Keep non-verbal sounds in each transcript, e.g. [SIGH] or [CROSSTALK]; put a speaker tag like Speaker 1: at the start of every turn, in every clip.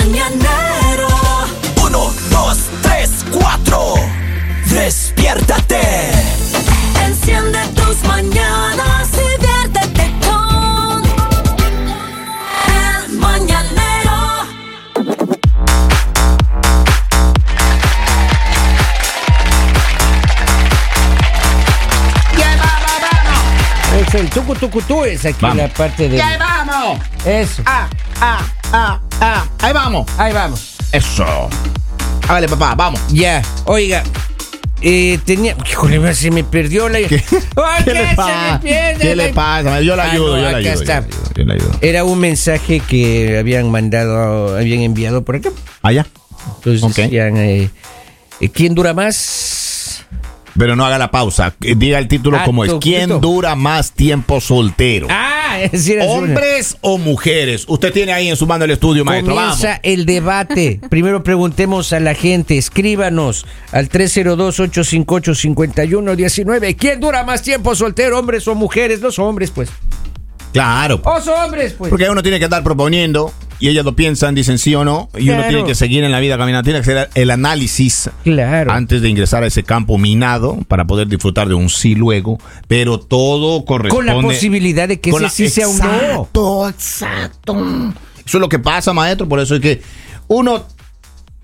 Speaker 1: mañanero. Uno, dos, tres, cuatro. Despiértate. Enciende tus mañanas y viértete con el mañanero.
Speaker 2: Es el tucu tucu tú, es aquí
Speaker 3: Vamos.
Speaker 2: la parte de.
Speaker 4: ¡Y ahí vamos!
Speaker 2: Eso.
Speaker 4: ¡Ah, ah, ah, ah! ¡Ahí vamos!
Speaker 2: Ahí vamos.
Speaker 3: Eso.
Speaker 4: Ah, vale, papá, vamos.
Speaker 2: Ya. Oiga. Eh, tenía. Híjole, se me perdió la.
Speaker 3: ¿Qué?
Speaker 2: ¿Por qué se me pierde
Speaker 4: ¿Qué le
Speaker 2: la-
Speaker 4: pasa? Yo la
Speaker 2: Ah,
Speaker 4: ayudo, yo
Speaker 2: no,
Speaker 4: la
Speaker 2: acá
Speaker 4: ayudo.
Speaker 2: está.
Speaker 4: yo la ayudo.
Speaker 3: Yo le ayudo.
Speaker 2: Era un mensaje que habían mandado, habían enviado por acá.
Speaker 3: Allá.
Speaker 2: Entonces
Speaker 3: Ok.
Speaker 2: decían, eh, eh, ¿quién dura más?
Speaker 3: Pero no haga la pausa. Diga el título
Speaker 2: Ah,
Speaker 3: como es.
Speaker 2: tu-
Speaker 3: ¿Quién
Speaker 2: tu-
Speaker 3: dura más tiempo soltero?
Speaker 2: Ah, [LAUGHS] es decir, es una-
Speaker 3: ¿Hombres o mujeres? Usted tiene ahí en su mano el estudio, maestro. Vamos.
Speaker 2: Comienza el
Speaker 3: [LAUGHS]
Speaker 2: debate. Primero preguntemos a la gente, escríbanos al 302-858-5119. ¿Quién dura más tiempo soltero, hombres o mujeres? Los hombres, pues.
Speaker 3: Claro.
Speaker 2: Los hombres, pues.
Speaker 3: Porque uno tiene que estar proponiendo y ellas lo piensan, dicen sí o no. Y uno
Speaker 2: Claro.
Speaker 3: tiene que seguir en la vida caminando. Tiene que hacer el análisis
Speaker 2: Claro.
Speaker 3: antes de ingresar a ese campo minado para poder disfrutar de un sí luego. Pero
Speaker 2: Con
Speaker 3: todo corresponde.
Speaker 2: la posibilidad de que
Speaker 3: con
Speaker 2: ese
Speaker 3: la-
Speaker 2: sí sea un no.
Speaker 3: Exacto, exacto. Eso es lo que pasa, maestro. Por eso es que uno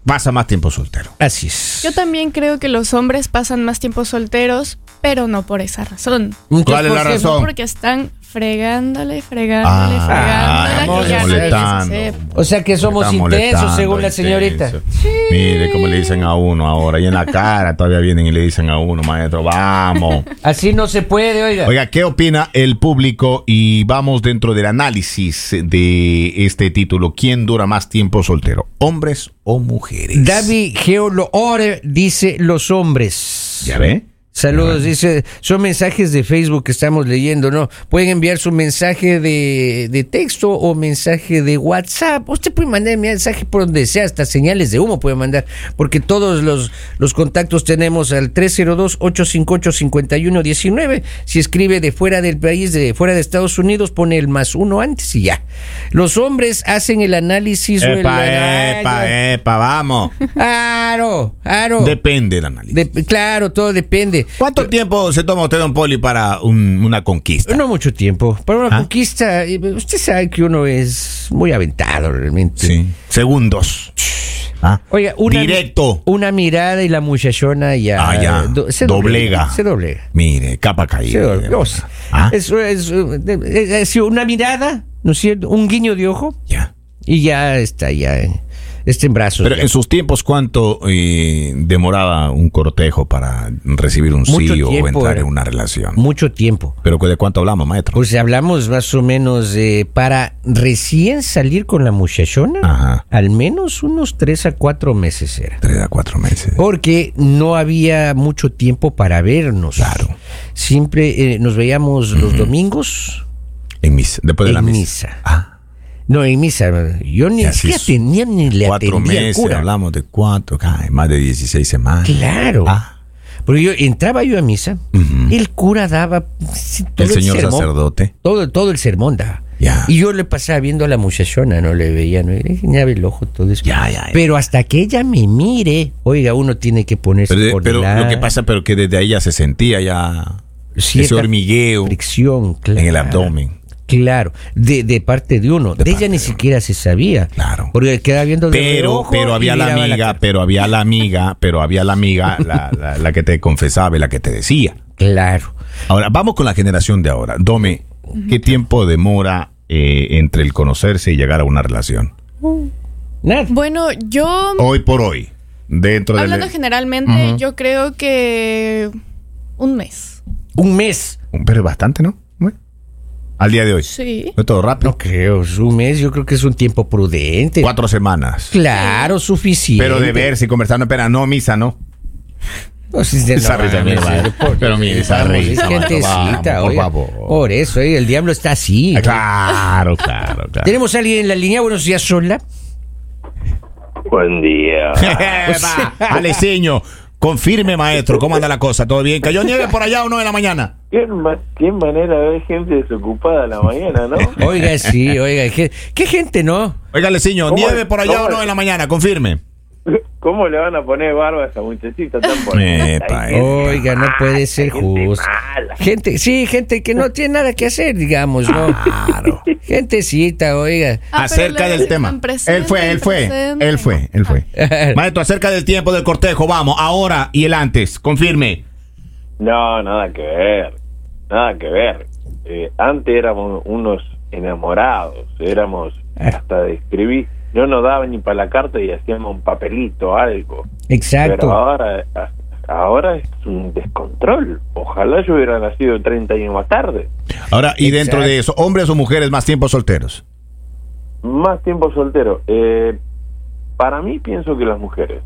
Speaker 3: pasa más tiempo soltero.
Speaker 2: Así es.
Speaker 5: Yo también creo que los hombres pasan más tiempo solteros, pero no por esa razón.
Speaker 2: Entonces,
Speaker 3: ¿Cuál es la
Speaker 2: ¿por qué?
Speaker 3: razón?
Speaker 5: No porque están fregándole, fregándole,
Speaker 3: Ah,
Speaker 5: fregándole.
Speaker 2: amor,
Speaker 5: que ya se
Speaker 3: molestando.
Speaker 5: sepa.
Speaker 2: O sea que somos
Speaker 3: Está
Speaker 2: intensos,
Speaker 3: molestando,
Speaker 2: según la
Speaker 3: intenso.
Speaker 2: señorita.
Speaker 3: Mire cómo le dicen a uno ahora. Y en la cara todavía vienen y le dicen a uno, maestro, vamos.
Speaker 2: Así no se puede, oiga.
Speaker 3: Oiga, ¿qué opina el público? Y vamos dentro del análisis de este título. ¿Quién dura más tiempo soltero? ¿Hombres o mujeres?
Speaker 2: David Geolo Ore dice los hombres.
Speaker 3: ¿Ya ve?
Speaker 2: Saludos, dice, son mensajes de Facebook que estamos leyendo, ¿no? Pueden enviar su mensaje de, de texto o mensaje de WhatsApp. Usted puede mandar mensaje por donde sea, hasta señales de humo puede mandar, porque todos los, los contactos tenemos al 302-858-5119. Si escribe de fuera del país, de fuera de Estados Unidos, pone el más uno antes y ya. Los hombres hacen el análisis o el-
Speaker 3: Epa, eh. epa,
Speaker 2: [LAUGHS]
Speaker 3: epa, vamos.
Speaker 2: Claro, claro.
Speaker 3: Depende el análisis.
Speaker 2: De- claro, todo depende.
Speaker 3: ¿Cuánto tiempo se toma usted, don Poli, para un- una conquista?
Speaker 2: No mucho tiempo. Para una
Speaker 3: ¿Ah?
Speaker 2: conquista, eh, usted sabe que uno es muy aventado realmente.
Speaker 3: Sí. Segundos. Ah.
Speaker 2: Oiga, una,
Speaker 3: Directo.
Speaker 2: Una mirada y la muchachona ya. eh,
Speaker 3: Ah, ya.
Speaker 2: do- se
Speaker 3: doblega.
Speaker 2: Se doblega.
Speaker 3: Mire, capa
Speaker 2: Se
Speaker 3: caída.
Speaker 2: doblega. O sea,
Speaker 3: Ah,
Speaker 2: es- es- es- es una mirada, ¿no es cierto? Un guiño de ojo
Speaker 3: ya.
Speaker 2: y ya está, ya eh, está en brazos.
Speaker 3: Pero
Speaker 2: ya.
Speaker 3: en sus tiempos, ¿cuánto eh, demoraba un cortejo para recibir un sí
Speaker 2: Mucho
Speaker 3: o
Speaker 2: tiempo, ¿eh?
Speaker 3: entrar
Speaker 2: era.
Speaker 3: en una relación?
Speaker 2: Mucho tiempo.
Speaker 3: ¿Pero de cuánto hablamos, maestro?
Speaker 2: O sea, hablamos más o menos eh, para recién salir con la muchachona,
Speaker 3: Ajá.
Speaker 2: al menos unos tres a cuatro meses era.
Speaker 3: Tres a cuatro meses.
Speaker 2: Oh. Porque no había mucho tiempo para vernos.
Speaker 3: Claro.
Speaker 2: Siempre eh, nos veíamos los domingos
Speaker 3: En misa, después de la
Speaker 2: en
Speaker 3: misa.
Speaker 2: misa.
Speaker 3: Ah.
Speaker 2: No, en misa. Yo ni
Speaker 3: Y así
Speaker 2: siquiera
Speaker 3: es.
Speaker 2: tenía ni le
Speaker 3: Cuatro
Speaker 2: atendía al
Speaker 3: meses,
Speaker 2: cura.
Speaker 3: hablamos de cuatro, ay, más de 16 semanas.
Speaker 2: Claro.
Speaker 3: Ah.
Speaker 2: Porque yo entraba yo a misa, el cura daba sí, todo
Speaker 3: El señor
Speaker 2: sermón,
Speaker 3: sacerdote. Ah.
Speaker 2: Todo, todo el sermón daba.
Speaker 3: Ya.
Speaker 2: Y yo le pasaba viendo a la muchachona, no le veía, no le guiñaba el ojo, todo eso.
Speaker 3: Ya, ya, ya.
Speaker 2: Pero hasta que ella me mire, oiga, uno tiene que ponerse
Speaker 3: Pero, eh,
Speaker 2: por
Speaker 3: pero lo que
Speaker 2: delante.
Speaker 3: pasa, pero que desde ahí ya se sentía ya ese
Speaker 2: Cierta
Speaker 3: hormigueo
Speaker 2: fricción, claro.
Speaker 3: en el abdomen.
Speaker 2: Claro, de, de parte de uno.
Speaker 3: De
Speaker 2: De,
Speaker 3: parte
Speaker 2: ella ni
Speaker 3: de uno.
Speaker 2: siquiera se sabía.
Speaker 3: Claro.
Speaker 2: Porque quedaba viendo de
Speaker 3: Pero,
Speaker 2: reojo
Speaker 3: pero
Speaker 2: y
Speaker 3: había la
Speaker 2: miraba
Speaker 3: amiga,
Speaker 2: cara.
Speaker 3: pero había la amiga, pero había
Speaker 2: [LAUGHS]
Speaker 3: la amiga, la, la- la que te confesaba y la que te decía.
Speaker 2: Claro.
Speaker 3: Ahora, vamos con la generación de ahora. Dome, ¿qué tiempo demora eh, entre el conocerse y llegar a una relación?
Speaker 2: Nada.
Speaker 5: Bueno, yo,
Speaker 3: Hoy por hoy, dentro del...
Speaker 5: hablando generalmente, yo creo que un mes.
Speaker 2: Un mes.
Speaker 3: Pero es bastante, ¿no? Bueno, al día de hoy.
Speaker 5: Sí.
Speaker 3: No es todo rápido.
Speaker 2: No creo, es un mes yo creo que es un tiempo prudente.
Speaker 3: Cuatro semanas.
Speaker 2: Claro, suficiente.
Speaker 3: Pero de verse y conversar, no, espera, no, misa, no.
Speaker 2: No, si es de-
Speaker 3: Esa
Speaker 2: no,
Speaker 3: risa,
Speaker 2: no,
Speaker 3: mira,
Speaker 2: no,
Speaker 3: vale.
Speaker 2: no, por-
Speaker 3: [LAUGHS] Pero mira, esa
Speaker 2: vamos,
Speaker 3: risa,
Speaker 2: Es gentecita,
Speaker 3: vamos, por
Speaker 2: oiga.
Speaker 3: favor. Ah,
Speaker 2: Por eso, oiga, el diablo está así.
Speaker 3: Claro, claro, claro.
Speaker 2: Tenemos a alguien en la línea, buenos días, sola.
Speaker 6: Buen día.
Speaker 2: [LAUGHS]
Speaker 3: [LAUGHS] Jeje, va, Aleseño, Pues, Confirme, maestro, ¿cómo anda la cosa? ¿Todo bien? ¿Cayó nieve por allá o no de la mañana?
Speaker 6: ¿Qué, ma- qué manera de ver gente desocupada a la mañana,
Speaker 2: [LAUGHS]
Speaker 6: ¿no?
Speaker 2: Oiga, sí, oiga, qué, qué gente, ¿no?
Speaker 3: Oiga, Leciño,
Speaker 6: ¿Cómo
Speaker 3: ¿nieve
Speaker 6: es?
Speaker 3: por allá
Speaker 6: ¿Cómo
Speaker 3: o no
Speaker 6: es?
Speaker 3: de la mañana? Confirme.
Speaker 6: ¿Cómo le van a poner barba a esa muchachita tan
Speaker 3: Epa,
Speaker 6: bonita?
Speaker 3: eh.
Speaker 2: Oiga, no puede ser
Speaker 6: gente
Speaker 2: justo.
Speaker 6: mala.
Speaker 2: Gente, sí, gente que no tiene nada que hacer, digamos, ¿no?
Speaker 6: Ah,
Speaker 3: Claro.
Speaker 2: Gentecita, oiga. [LAUGHS]
Speaker 5: Ah, pero
Speaker 3: acerca
Speaker 5: le
Speaker 3: del
Speaker 5: dicen
Speaker 3: tema.
Speaker 5: tan presente,
Speaker 3: él fue, él fue,
Speaker 5: presente.
Speaker 3: él fue, él fue.
Speaker 6: Ah. [LAUGHS]
Speaker 3: Maestro, acerca del tiempo del cortejo, vamos, ahora y el antes, confirme.
Speaker 6: No, nada que ver. Nada que ver. Eh, antes éramos unos enamorados. Éramos
Speaker 2: Eh.
Speaker 6: hasta de escribir. No nos daban ni para la carta y hacíamos un papelito, algo. Pero
Speaker 2: Exacto.
Speaker 6: ahora, a- ahora es un descontrol. Ojalá yo hubiera nacido 30 años más tarde.
Speaker 3: Ahora, y
Speaker 2: Exacto.
Speaker 3: dentro de eso, hombres o mujeres más tiempo solteros.
Speaker 6: Más tiempo soltero. Eh, para mí pienso que las mujeres.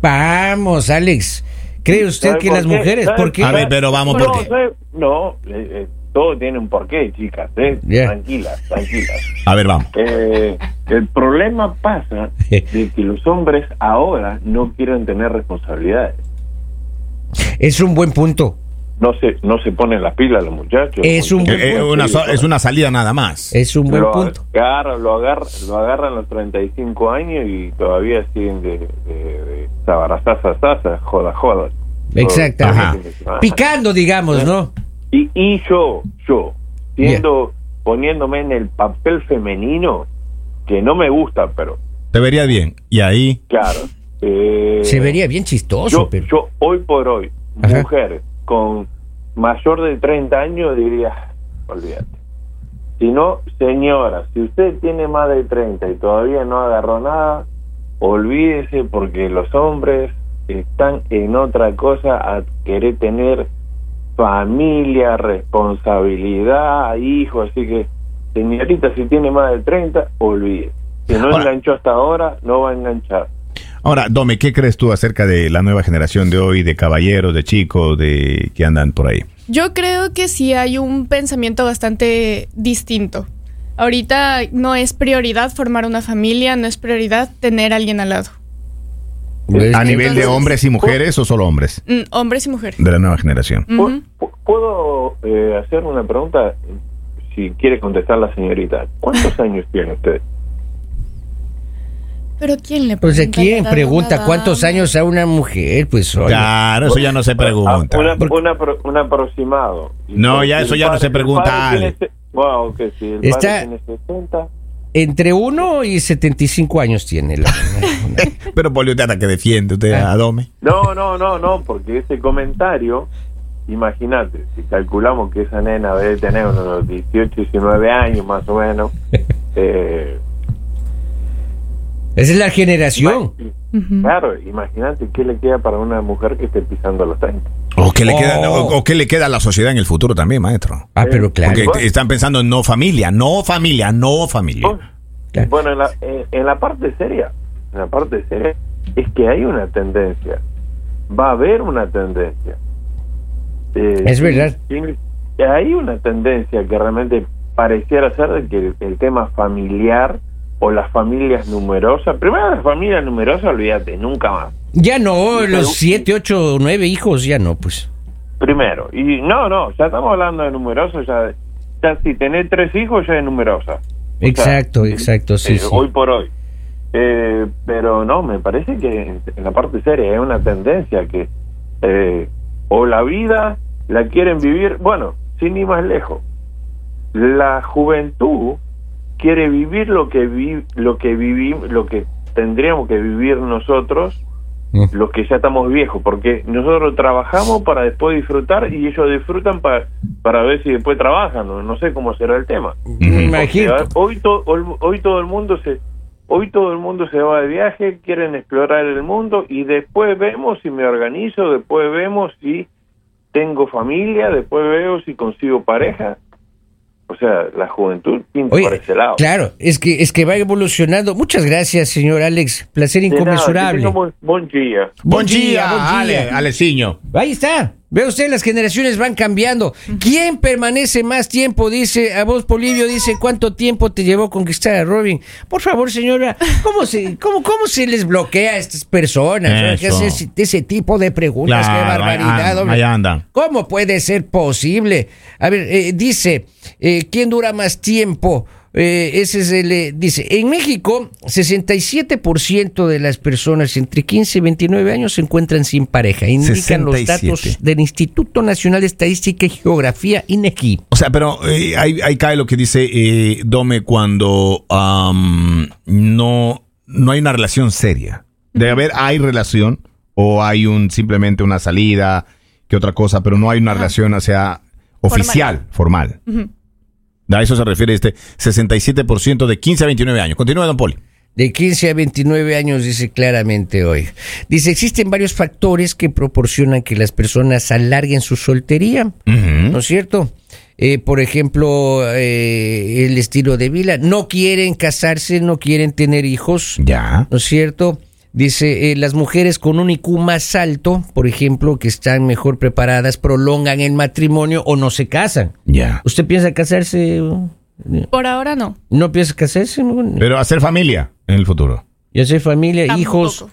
Speaker 2: Vamos, Alex. ¿Cree usted
Speaker 6: ¿Sabe
Speaker 2: que
Speaker 6: por
Speaker 2: las
Speaker 6: qué?
Speaker 2: mujeres?
Speaker 6: ¿Sabe
Speaker 2: ¿Por qué?
Speaker 3: A ver, pero vamos,
Speaker 6: no,
Speaker 3: ¿por qué?
Speaker 6: ¿sabe? No, eh, eh, todo tiene un porqué, chicas. eh.
Speaker 2: Bien.
Speaker 6: Tranquilas, tranquilas.
Speaker 3: A ver, vamos.
Speaker 6: Eh, el problema pasa de que los hombres ahora no quieren tener responsabilidades.
Speaker 2: Es un buen punto.
Speaker 6: No se, no se ponen las pilas los muchachos.
Speaker 2: Es un-
Speaker 3: Eh, eh, una so- es una salida nada más.
Speaker 6: Eh.
Speaker 2: Es un buen
Speaker 6: lo
Speaker 2: punto.
Speaker 6: agarran, lo agarran, lo agarran a los 35 años y todavía siguen de, de, de sabarazaza, zaza, joda, joda.
Speaker 2: Exacto.
Speaker 3: Ajá.
Speaker 6: Ajá.
Speaker 2: Picando, digamos, ¿no?
Speaker 6: Y, y yo, yo, siendo, poniéndome en el papel femenino, que no me gusta, pero
Speaker 3: Te vería bien. Y ahí,
Speaker 6: claro. eh,
Speaker 2: Se vería bien chistoso,
Speaker 6: yo,
Speaker 2: pero.
Speaker 6: yo hoy por hoy,
Speaker 2: Ajá.
Speaker 6: mujer con mayor de 30 años, diría, olvídate. Si no, señora, si usted tiene más de 30 y todavía no agarró nada, olvídese porque los hombres están en otra cosa a querer tener familia, responsabilidad, hijos, así que señorita, si tiene más de 30, olvídese. Si no
Speaker 3: Ahora-
Speaker 6: enganchó hasta ahora, no va a enganchar.
Speaker 3: Ahora, Dome, ¿qué crees tú acerca de la nueva generación de hoy, de caballeros, de chicos, de que andan por ahí?
Speaker 5: Yo creo que sí hay un pensamiento bastante distinto. Ahorita no es prioridad formar una familia, no es prioridad tener a alguien al lado.
Speaker 2: Pues,
Speaker 3: ¿A nivel de
Speaker 5: entonces-
Speaker 3: hombres y mujeres o solo hombres?
Speaker 5: Mm, hombres y mujeres.
Speaker 3: De la nueva generación.
Speaker 5: Ujú.
Speaker 6: ¿Pu- ¿Puedo eh, hacer una pregunta? Si quiere contestar la señorita.
Speaker 5: [LAUGHS]
Speaker 6: ¿Cuántos años tiene usted?
Speaker 5: Pero ¿quién le
Speaker 2: Pues
Speaker 5: pregunta?
Speaker 2: a quién
Speaker 5: la edad a
Speaker 2: pregunta
Speaker 5: una
Speaker 2: cuántos
Speaker 5: dama?
Speaker 2: años a una mujer, pues oye.
Speaker 3: Claro, eso ya no se pregunta.
Speaker 6: Ah, una- una pro- un aproximado.
Speaker 3: No, ya
Speaker 6: Si el
Speaker 3: eso ya no
Speaker 6: padre-
Speaker 3: se
Speaker 6: el
Speaker 3: pregunta,
Speaker 6: padre tiene
Speaker 3: Ale.
Speaker 6: se- Wow, que si el
Speaker 2: Está-
Speaker 6: padre tiene 60.
Speaker 2: Entre 1 y 75 años tiene la.
Speaker 6: [LAUGHS]
Speaker 3: Pero Poliutata que defiende usted a Dome.
Speaker 6: No, no, no, no, porque ese comentario, imagínate, si calculamos que esa nena debe tener unos 18, 19 años más o
Speaker 5: [LAUGHS]
Speaker 6: menos. Eh,
Speaker 2: Esa es la generación.
Speaker 5: Ujú.
Speaker 6: claro, imagínate qué le queda para una mujer que esté pisando los 30.
Speaker 3: O que le,
Speaker 2: Oh.
Speaker 3: queda, o, o que le queda a la sociedad en el futuro también, maestro.
Speaker 2: Ah,
Speaker 6: Eh,
Speaker 2: pero claro.
Speaker 3: Porque te- están pensando en no familia, no familia, no familia.
Speaker 6: Vos-
Speaker 2: Claro.
Speaker 6: Bueno, en la, en- en la parte seria, en la parte seria, es que hay una tendencia. Va a haber una tendencia. Eh,
Speaker 2: Es verdad.
Speaker 6: y- y Hay una tendencia que realmente pareciera ser de que el, el tema familiar o las familias numerosas, primero las familias numerosas, olvídate, nunca más.
Speaker 2: Ya no,
Speaker 6: Pero-
Speaker 2: los 7, 8, 9 hijos, ya no, pues.
Speaker 6: Primero. Y no, no, ya estamos hablando de numerosos, ya, ya si tenés tres hijos ya es numerosa. O sea,
Speaker 2: Exacto, exacto, sí,
Speaker 6: eh,
Speaker 2: sí.
Speaker 6: Hoy por hoy. Eh, pero no, me parece que en en la parte seria es una tendencia que eh, o la vida la quieren vivir, bueno, sin ir más lejos. La juventud quiere vivir lo que vi- lo que vivimos, lo que tendríamos que vivir nosotros
Speaker 2: Mm.
Speaker 6: los que ya estamos viejos, porque nosotros trabajamos para después disfrutar y ellos disfrutan para para ver si después trabajan, o no sé cómo será el tema.
Speaker 2: Me imagino.
Speaker 6: Porque, a ver, Hoy, to- hoy, hoy todo el mundo se hoy todo el mundo se va de viaje, quieren explorar el mundo y después vemos si me organizo, después vemos si tengo familia, después veo si consigo pareja. O sea, la juventud pinta
Speaker 2: Oye,
Speaker 6: por ese lado.
Speaker 2: claro, es que, es que va evolucionando. Muchas gracias, señor Alex. Placer
Speaker 6: De nada, que
Speaker 2: inconmensurable.
Speaker 6: tengan buen- buen día.
Speaker 2: Buen día, buen día.
Speaker 3: Ale, Aleciño.
Speaker 2: Ahí está. Ve usted, las generaciones van cambiando. ¿Quién permanece más tiempo? Dice, a vos, Polivio, dice, ¿cuánto tiempo te llevó conquistar a Robin? Por favor, señora, ¿cómo se, cómo, cómo se les bloquea a estas personas? ¿Sabe qué
Speaker 3: Eso.
Speaker 2: hacer ese, ese tipo de preguntas, qué
Speaker 3: Claro, ahí
Speaker 2: barbaridad,
Speaker 3: an-
Speaker 2: hombre.
Speaker 3: ahí andan.
Speaker 2: ¿Cómo puede ser posible? A ver, eh, dice, eh, ¿quién dura más tiempo? Eh, ese es el, eh, dice, en México, 67% de las personas entre 15 y 29 años se encuentran sin pareja. Indican los
Speaker 3: 67.
Speaker 2: datos del Instituto Nacional de Estadística y Geografía, E INEGI.
Speaker 3: O sea, pero eh, ahí, ahí cae lo que dice eh, Dome cuando am, no, no hay una relación seria. Debe haber, hay relación o hay un simplemente una salida, que otra cosa, pero no hay una relación, o sea, oficial, formal. A eso se refiere este 67% de 15 a 29 años. Continúa, don Poli.
Speaker 2: De 15 a 29 años, dice claramente hoy. Dice, existen varios factores que proporcionan que las personas alarguen su soltería. ¿no es cierto? Eh, por ejemplo, eh, el estilo de vida. No quieren casarse, no quieren tener hijos,
Speaker 3: Ya.
Speaker 2: ¿no es cierto? Dice, eh, las mujeres con un IQ más alto, por ejemplo, que están mejor preparadas, prolongan el matrimonio o no se casan.
Speaker 3: Ya.
Speaker 2: ¿Usted piensa casarse?
Speaker 5: Por ahora no.
Speaker 2: ¿No piensa casarse?
Speaker 3: Pero hacer familia en el futuro.
Speaker 2: ¿Y hacer familia,
Speaker 5: Tampoco.
Speaker 2: hijos?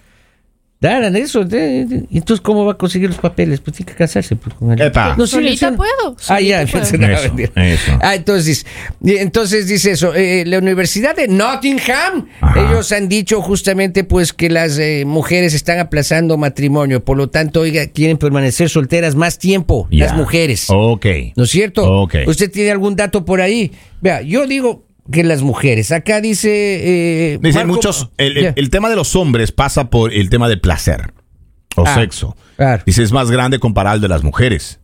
Speaker 2: Darán eso. de- de- Entonces, ¿cómo va a conseguir los papeles? Pues tiene que casarse. pues, con alguien.
Speaker 3: Epa.
Speaker 2: No, sí,
Speaker 5: Solita
Speaker 2: sí.
Speaker 5: puedo,
Speaker 2: Ah, ya.
Speaker 5: solita
Speaker 2: pensé,
Speaker 5: puedo.
Speaker 2: no,
Speaker 3: Eso,
Speaker 2: mentira.
Speaker 3: eso.
Speaker 2: Ah, entonces, y entonces dice eso. eh, la Universidad de Nottingham,
Speaker 3: Ajá.
Speaker 2: ellos han dicho justamente pues que las eh, mujeres están aplazando matrimonio. Por lo tanto, oiga, quieren permanecer solteras más tiempo,
Speaker 3: Ya.
Speaker 2: las mujeres.
Speaker 3: Ok.
Speaker 2: ¿No es cierto?
Speaker 3: Ok.
Speaker 2: ¿Usted tiene algún dato por ahí? Vea, yo digo que las mujeres. Acá dice... eh,
Speaker 3: Dicen
Speaker 2: Marco-
Speaker 3: muchos, el,
Speaker 2: Ya.
Speaker 3: el- el tema de los hombres pasa por el tema del placer o
Speaker 2: Ah,
Speaker 3: sexo.
Speaker 2: claro.
Speaker 3: Dice, es más grande comparado al de las mujeres.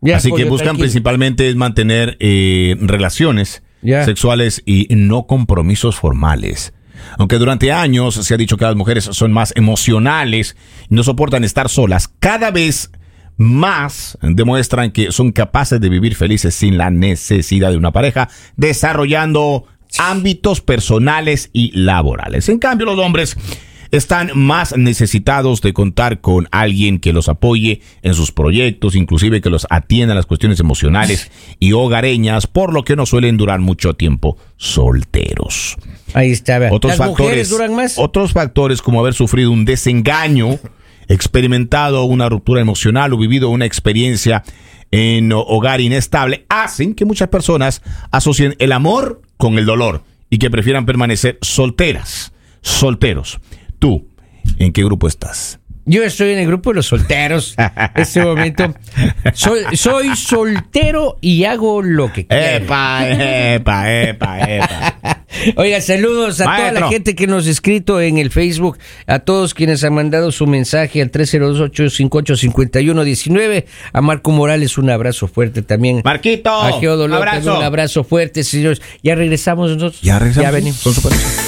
Speaker 2: Ya,
Speaker 3: Así que
Speaker 2: pollo,
Speaker 3: buscan
Speaker 2: tranquilo.
Speaker 3: principalmente es mantener eh, relaciones
Speaker 2: Ya.
Speaker 3: sexuales y no compromisos formales. Aunque durante años se ha dicho que las mujeres son más emocionales y no soportan estar solas, cada vez más demuestran que son capaces de vivir felices sin la necesidad de una pareja, desarrollando ámbitos personales y laborales. En cambio, los hombres están más necesitados de contar con alguien que los apoye en sus proyectos, inclusive que los atienda a las cuestiones emocionales y hogareñas, por lo que no suelen durar mucho tiempo solteros.
Speaker 2: Ahí está. vea.
Speaker 3: Otros
Speaker 2: las
Speaker 3: factores,
Speaker 2: mujeres duran más.
Speaker 3: otros factores como haber sufrido un desengaño, experimentado una ruptura emocional o vivido una experiencia en ho- hogar inestable, hacen que muchas personas asocien el amor con el dolor y que prefieran permanecer solteras, solteros. Tú, ¿en qué grupo estás?
Speaker 2: Yo estoy en el grupo de los solteros en este momento. Soy, soy soltero y hago lo que
Speaker 3: Eh.
Speaker 2: quiero.
Speaker 3: Epa, epa, epa,
Speaker 2: [LAUGHS]
Speaker 3: epa.
Speaker 2: Oiga, saludos a toda
Speaker 3: Maestro.
Speaker 2: la gente que nos ha escrito en el Facebook, a todos quienes han mandado su mensaje al 308-5851-19. A Marco Morales un abrazo fuerte también.
Speaker 3: Marquito,
Speaker 2: a Geodo López
Speaker 3: abrazo.
Speaker 2: un abrazo fuerte, señores. Ya regresamos nosotros.
Speaker 3: Ya regresamos.
Speaker 2: venimos.
Speaker 3: Con su permiso.